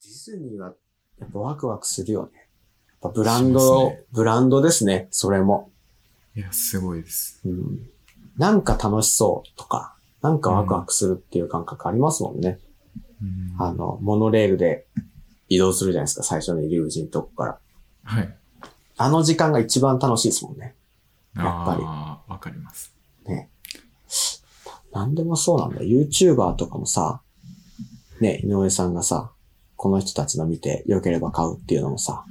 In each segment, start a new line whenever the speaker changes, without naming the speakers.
スニーは、やっぱワクワクするよね。やっぱブランド、
しますね
ブランドですね、それも。
いや、すごいです。
うん。なんか楽しそうとか、なんかワクワクするっていう感覚ありますもんね。
うん
あの、モノレールで移動するじゃないですか、最初の入り口のとこから。
はい。
あの時間が一番楽しいですもんね。やっぱり
ああ、わかります。
なんでもそうなんだ。YouTuber とかもさ、ね、井上さんがさ、この人たちの見て良ければ買うっていうのもさ、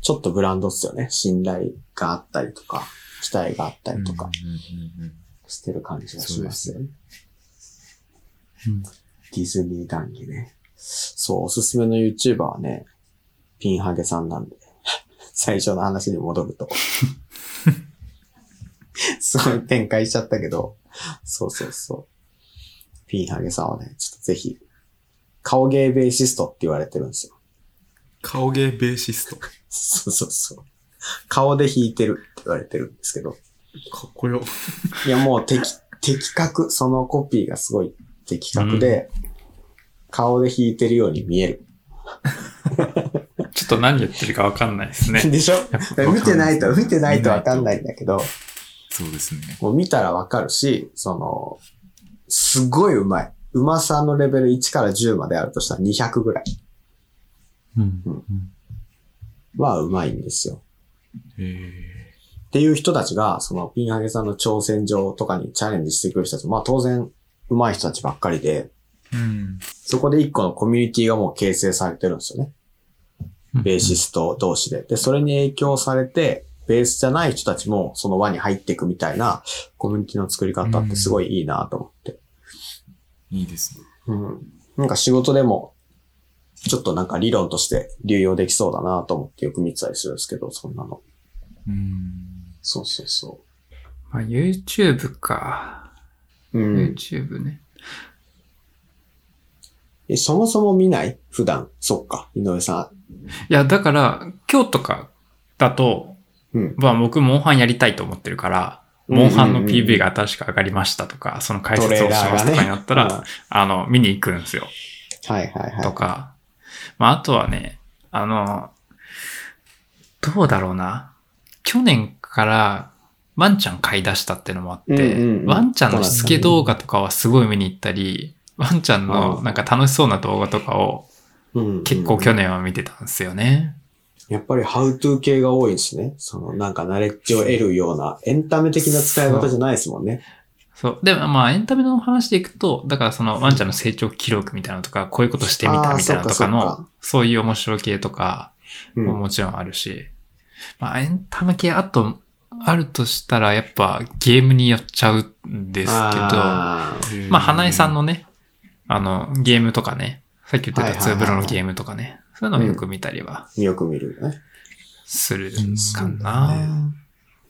ちょっとブランドっすよね。信頼があったりとか、期待があったりとか
うんうんうんうん
してる感じがしますよね。
うん
ディズニー談義ね。そう、おすすめの YouTuber はね、ピンハゲさんなんで。 最初の話に戻 ると。すごい展開しちゃったけど、そうそうそう。ピンハゲさんはね、ちょっとぜひ、顔芸ベーシストって言われてるんですよ。
顔芸ベーシスト。
そうそうそう。顔で弾いてるって言われてるんですけど。
かっこよ。。
いや、もう的、的確、そのコピーがすごい的確で、顔で弾いてるように見える。
ちょっと何言ってるかわかんないですね。
でしょ見てないと、見てないとわかんないいんだけど、
そうですね。
もう見たらわかるし、その、すごいうまい。うまさのレベル1から10まであるとしたら200ぐらい
うん
うんはうまいんですよ。
え
っていう人たちが、そのピンハゲさんの挑戦状とかにチャレンジしてくる人たち、まあ当然うまい人たちばっかりで、
ーうん。
そこで一個のコミュニティがもう形成されてるんですよね。ベーシスト同士で。で、それに影響されて、ベースじゃない人たちもその輪に入っていくみたいなコミュニティの作り方ってすごいいいなと思って。
いいですね。
うん。なんか仕事でも、ちょっとなんか理論として流用できそうだなと思ってよく見てたりするんですけど、そんなの。
うん。
そうそうそ
まあ、YouTube か。
う。うん。
YouTube ね。
え、そもそも見ない普段。そっか。井上さ
いや、だから、今日とかだと、
うん
まあ僕、モンハンやりたいと思ってるから、
うんうんう
モ
ん
ンハンの PV が新しく上がりましたとか、その
ん。
解説をしますとかになった
うん
ら、あの、見に行くんですよ。
はいはい
と
は
か。まあ、あとはね、あの、どうだろうな。去年から、ワンちゃん飼い出したってのもあって、
うんうんうん
ワンちゃんのしつけ動画とかはすごい見に行ったり、ワンちゃん
う
の
ん
なんか楽しそうな動画とかを
い。うん
結構去。年は見てたんですよね。
やっぱりハウトゥー系が多いですね。そのなんかナレッジを得るようなエンタメ的な使い方じゃないですもんね。
そう。でもまあエンタメの話でいくと、だからそのワンちゃんの成長記録みたいなのとか、こういうことしてみ
あ
た
ー
みたいなのとか
そっかそっ
の、そういう面白系とか、
う
も
ん。
もちろんあるし、まあエンタメ系あとあるとしたらやっぱゲームにやっちゃうんですけど、
あー
まあ花江さんのね、あのゲームとかね、さっき言って
はい
た
はいはいは
ツ
い
ーブロのゲームとかね、そういうのをよく見たりは
よく見るよね。
す
う
る
ん
か
そうだ
な。
ね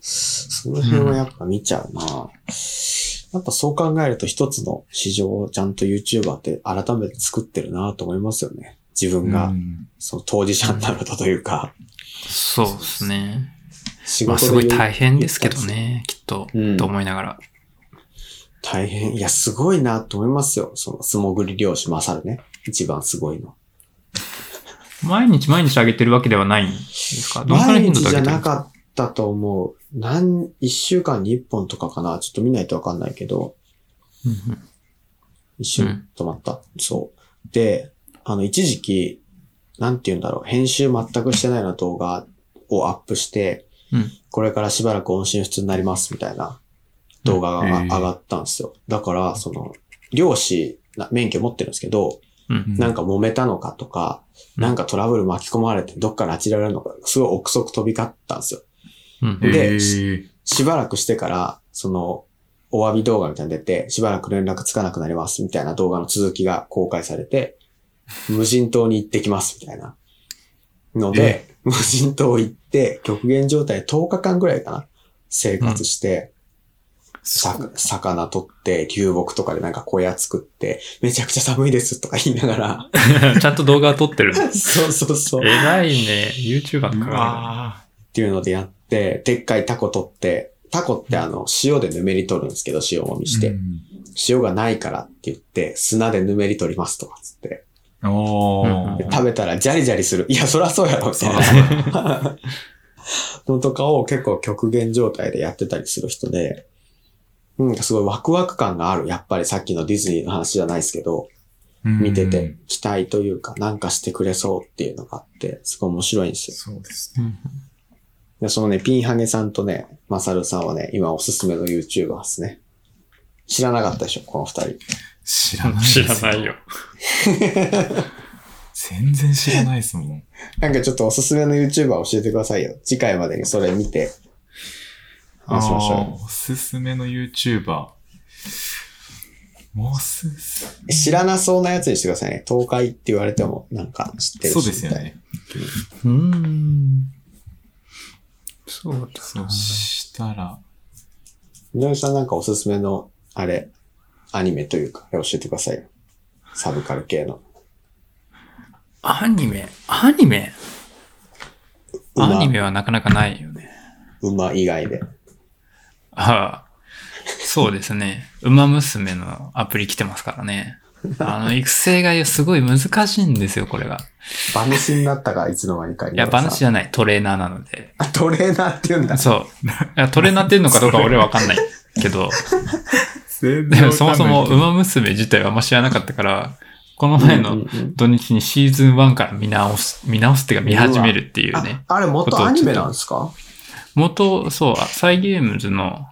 その辺はやっぱ見ちゃうな、やっぱそう考えると一つの市場をちゃんと YouTuber って改めて作ってるなと思いますよね。自分
う
が
ん
その当事者になるとというか、
そうですね。
仕
まあ
事
す
で
ご
言う
い大変ですけどね、きっと、
うん
と思いながら。
大変。いや、すごいなと思いますよ。その素潜り漁師マサルね。一番すごいの。
毎日毎日上げてるわけではないんですかどのくらい
毎
頻度
日
で
じ
上げ
ゃ
てるん
な
ですか
かったと思う。何、一週間に一本とかかな。ちょっと見ないとわかんないけど。
うんうん
一
うん
瞬止まった。そう。で、あの、一時期、なんて言うんだろう、編集全くしてないような動画をアップして、
うん
これからしばらく音信不通になりますみたいな動画が
うんへー
上がったんですよ。だから、その、漁師、な免許持ってるんですけど、
うん
なんか揉めたのかとか、
うん
なんかトラブル巻き込まれてどっからあちられるのか、すごい憶測飛び交ったんですよ。
うん
えー
で
え
しばらくしてから、その、お詫び動画みたいに出て、しばらく連絡つかなくなりますみたいな動画の続きが公開されて、無人島に行ってきますみたいな。ので、無人島行って、極限状態10日間ぐらいかな。生活して、さ魚取って、流木とかでなんか小屋作って、めちゃくちゃ寒いですとか言いながら、
ちゃんと動画撮ってるの。
そうそうそう。っ
偉いね。YouTuber
ー、
の
う
か。
わ
ていうのでやって、でっかいタコ取って、タコってあの、塩でぬめり取るんですけど、塩もみ
ー
して
う。ん
塩がないからって言って、砂でぬめり取りますとかっつって、
お
うん
ー
うん
食べたらジャリジャリする。いや、そりゃそうやろ、みたいな。のとかを結構極限状態でやってたりする人で、うん、すごいワクワク感がある。やっぱりさっきのディズニーの話じゃないですけど、見て
う
て
ん。
期待というか、なんかしてくれそうっていうのがあって、すごい面白いんですよ。
そうです
う
ね。
ん
で、そのね、ピンハゲさんとね、マサルさんはね、今おすすめの YouTuber ですね。知らなかったでしょ、この二人。
知らない。
知らない。よ。
全然知らないですもん。
なんかちょっとおすすめの YouTuber 教えてくださいよ。次回までにそれ見て、話しましょうよ。
あーおすすめの YouTuber。おすす
知らなそうなやつにしてくださいね。東海って言われても、なんか知ってるし。
そうですよね。
うーん。そうだ
そ
な。
したら、
みのりさんなんかおすすめの、あれ、アニメというか、教えてくださいよ。サブカル系の。
アニメアニメアニメはなかなかないよね。
馬以外で。
ああ。そうですね。馬娘のアプリ来てますからね。あの、育成がすごい難しいんですよ、これが。
馬主になったから、いつの間にか。
いや、馬主じ
ゃ
ゃない、トレーナーなので。
あ、トレーナーって言うんだ。
そう。いやトレーナーって言うのかどうか俺わかんないけ ど、
全
で もそもそ も馬娘自体はあんま知らなかったから、この前
うん
の
うんうん
土日にシーズン1から見直す、見直すっていうか見始めるっていうね
あ。あれ、元アニメなんですか
元、そう、サイゲームズの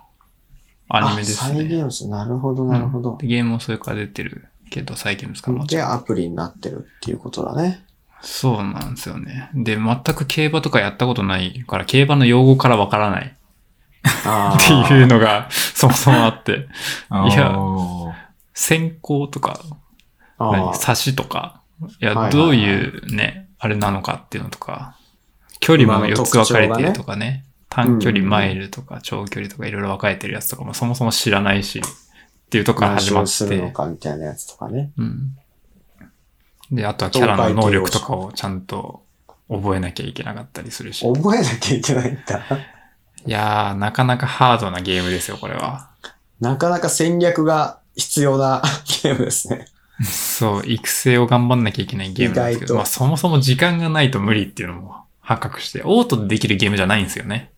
アニメです
あサイゲ
ね。
ームズなるほど、なるほど
で。ゲームもそれから出てるけど、サイゲームズかもちろん
で、アプリになってるっていうことだね。
そうなんですよね。で、全く競馬とかやったことないから、競馬の用語からわからない
あー
っていうのが、 そもそもあって、
あー
いや先行とか、
あ
何
ー
差しとか、い
はい
や、
はい
どういうね、あれなのかっていうのとか、距離も
馬の
4
特
つ
徴が
分
ね
かれてるとかね、短距
うんうん
離、
うん
マイルとか、長距離とかいろいろ分かれてるやつとかもそもそも知らないし、っていうとこから
何
始ま
勝す
っ
るの
て、
かみたいなやつとかね。
うん。で、あとはキャラの能力とかをちゃんと覚えなきゃいけなかったりするし。
覚えなきゃいけないん だ。
いやー、なかなかハードなゲームですよ、これは。
なかなか戦略が必要なゲームですね。
そう、育成を頑張んなきゃいけないゲームなんですけ
意外と
ど、まあそもそも時間がないと無理っていうのも発覚して、オートでできるゲームじゃないんですよね。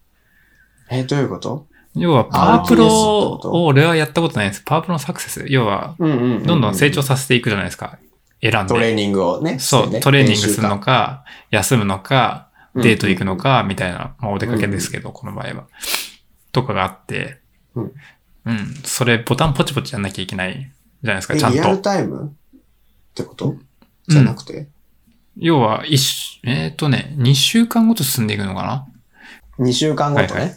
え、どういうこと
要は、パワープロ
RTS ってこと
を俺はやったことないです。パワープロのサクセス。要は、
うんうん
どんどん成長させていくじゃないですか。選ん
トレー
で。
ニングをね。
そ
してね
う、トレーニングするのか、休むのか、デート行くの。
練習
か、みたいな、まあお出かけですけど、この場合は。とかがあって、
うん
うん、それボタンポチポチやんなきゃいけないじゃないです
うん
か、ちゃん
えリアル
と。
タイムってこと
うん
じゃなくて、
要は、一週、えっ、とね、2週間ごと進んでいくのかな
二 ?2 週間後と
はい
ね。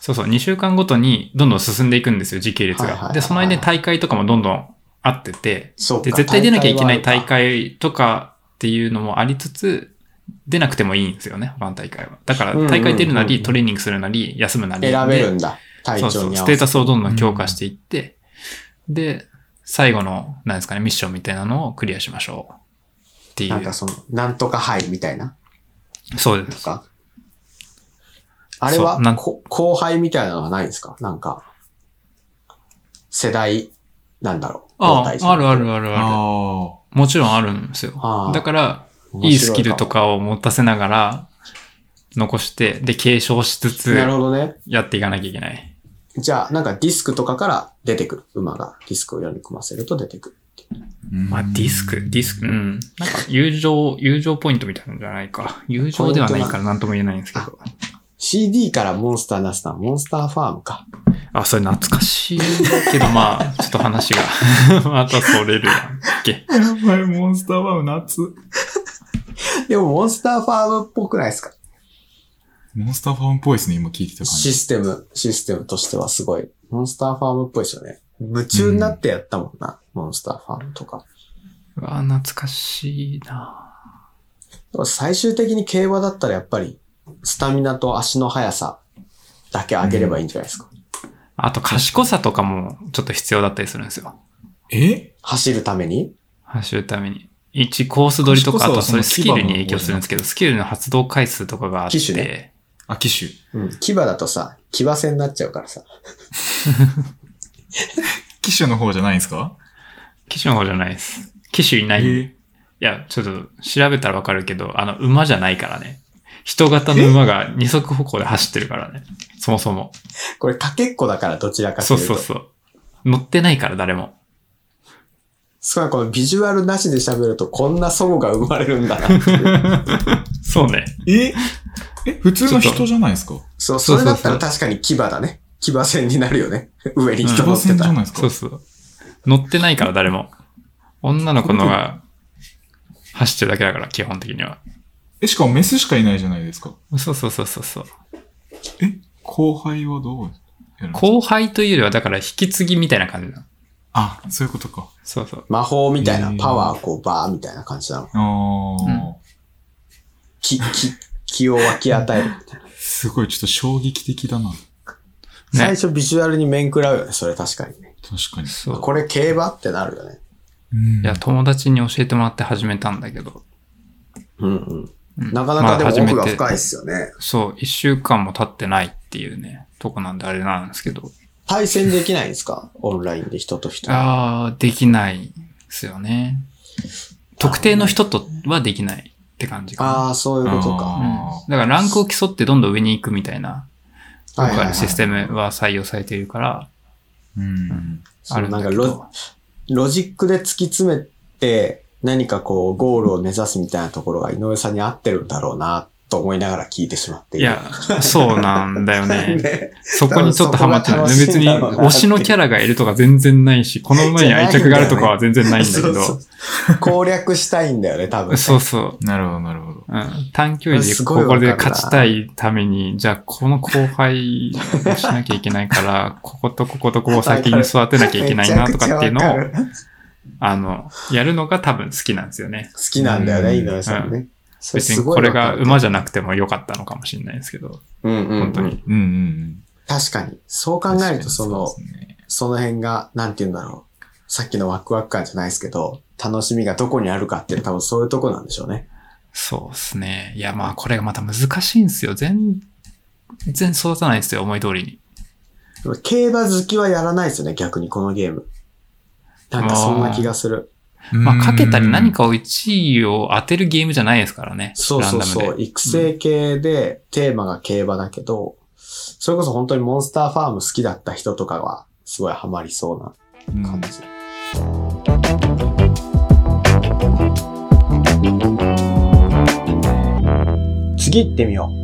そうそう、2週間ごとにどんどん進んでいくんですよ、時系列
はいはいはいはい
が。で、その間に大会とかもどんどんあってて、
そうか。
で、絶対出なきゃいけない大
はある
会とかっていうのもありつつ、出なくてもいいんですよね、他の大会は。だから
うんうんうん、
大会出るなり、トレーニングするなり、休むなりで。
か選べるんだ。体
そう
調
そう、
に合
ス
わ
テー
せて。
タスをどんどん強化していって、で、最後の、なんですかね、ミッションみたいなのをクリアしましょう。ってい
なん
う
か。その、なんとか杯みたいな。
そうで
と
す。
か。あれは
そうなん
こ後輩みたいなのはないんですかなんか、世代、なんだろう。
ああ、あるあ
る。
るあるある。
あ
もちろんあるんですよ
ああ。
だから、
面白
い
い
いスキルとかを持たせながら、残して、で、継承しつつ、
なるほどね。
やっていかなきゃいけない。
じゃあ、なんかディスクとかから出てくる。馬がディスクを読み込ませると出てくる。
ーうん
まあ、ディスク、ディスク、うん。なんか、友情、友情ポイントみたいなのじゃないか。友情ではないから何とも言えないんですけど。
CD からモンスター出すのはモンスターファームか。
あ、それ懐かしいけど、まあ、ちょっと話が、 またそれるやんけ。
やばい、モンスターバウム夏。
でもモンスターファームっぽくないですか
モンスターバウムっぽいですね、今聞いてた感
シ
じ。
ステム、システムとしてはすごい。モンスターファームっぽいですよね。夢中になってやったもんな。モンスターファームとか。
うわ、懐かしいな
でも最終的に競馬だったらやっぱり、スタミナと足の速さだけ上げればいいんじゃないですか。
あと、賢さとかも、ちょっと必要だったりするんですよ。
え
走るために
走るために。1コース取りとか、あとはそれスキルに影響するんですけど、スキルの発動回数とかがあっ
機種
て、
あ、機種。
うん。牙だとさ、騎馬戦になっちゃうからさ。
機種の方じゃないんですか
機種の方じゃないです。機種いないんで、
え
いや、ちょっと調べたらわかるけど、あの、馬じゃないからね。人型の馬が二足歩行で走ってるからね。そもそも。
これかけっこだからどちらかと
そ
いううと。
そうそう。乗ってないから誰も。
すごいこのビジュアルなしで喋るとこんな祖母が生まれるんだなっていう。
そうね。
ええ、普通の人じゃないですか
そう、 そう
そそうそう
れだったら確かに牙だね。牙線になるよね。上に人
人
乗って
線じ
た
ゃ
ら。
ないです
そ
か
うそう。乗ってないから誰も。女の子のが走ってるだけだから、基本的には。
え、しかもメスしかいないじゃないですか。
そうそうそうそうそう。
え、後輩はどうやるの
後輩というよりは、だから引き継ぎみたいな感じなの。
あ、そういうことか。
そうそう。
魔法みたいな
うん、
パワーこうバーみたいな感じなの。
あー。
うん
気、気、気を分け 与える。
すごい、ちょっと衝撃的だな。
最初ビジュアルに面食らうよね、それ確かにね。
確かに。
そう。
これ競馬ってなるよね。
うん
いや、友達に教えてもらって始めたんだけど。
うんうん。
うん
なかなかで
まあ初
も
め
奥
て
が深いっすよね。
そう、一週間も経ってないっていうね、とこなんであれなんですけど。
対戦できないんですかオンラインで人と人。
ああ、できないですよね。特定の人とはできないって感じかな。
あー、そういうこと
う
か。
ん、だからランクを競ってどんどん上に行くみたいな、今
はいはいは
回の
い
システムは採用されているから、
うん。
そ
あ
の
るん
なんか
だけ
ロ
ど。
ロジックで突き詰めて何かこうゴールを目指すみたいなところが井上さんに合ってるんだろうなと思いながら聞いてしまってい
い
る。
や、そうなんだよ ね。
ね
そこにちょっとハマってない。
多分そこが楽しい
別
ん
に
だろうなって
推しのキャラがいるとか全然ないし、こ の馬に愛着があるとかは全然ないんだけど。
そうそう攻略したいんだよね、多分ね。
そうそう。
なるほど、なるほど。
うん短距離ですこ
ごいわか
こ
るな
で勝ちたいために、じゃあこの後輩をしなきゃいけな いから、こことこことここを先に育てなきゃいけないなとかっていう
め
の
ちゃ
を
く、ちゃわかる
あの、やるのが多分好きなんですよね。
好きなんだよね、
うん
井上さんね。それ
別
す
に
ご
こ
い
れ
わか
が
る
馬じゃなくても良かったのかもしれないですけど、
うんうん、
本当に。。
うんうん
確かに。そう考
うん。
えると、その、
確かにうですね
その辺が、なんて言うんだろう。さっきのワクワク感じゃないですけど、楽しみがどこにあるかっていう多分そういうとこなんでしょうね。
そうですね。いや、まあこれがまた難しいんですよ。全全然育たないんですよ、思い通りに。
でも競馬好きはやらないですよね、逆にこのゲーム。なんかそんな気がする。
まあ、かけたり何
か。
かを1位を当てるゲームじゃないですからね。
そうそう
ラン
そ
ダ
う
ム。で
育成系でテーマが競馬だけど、それこそ本当にモンスターファーム好きだった人とかは、すごいハマりそうな
うん
感じ。次行ってみよう。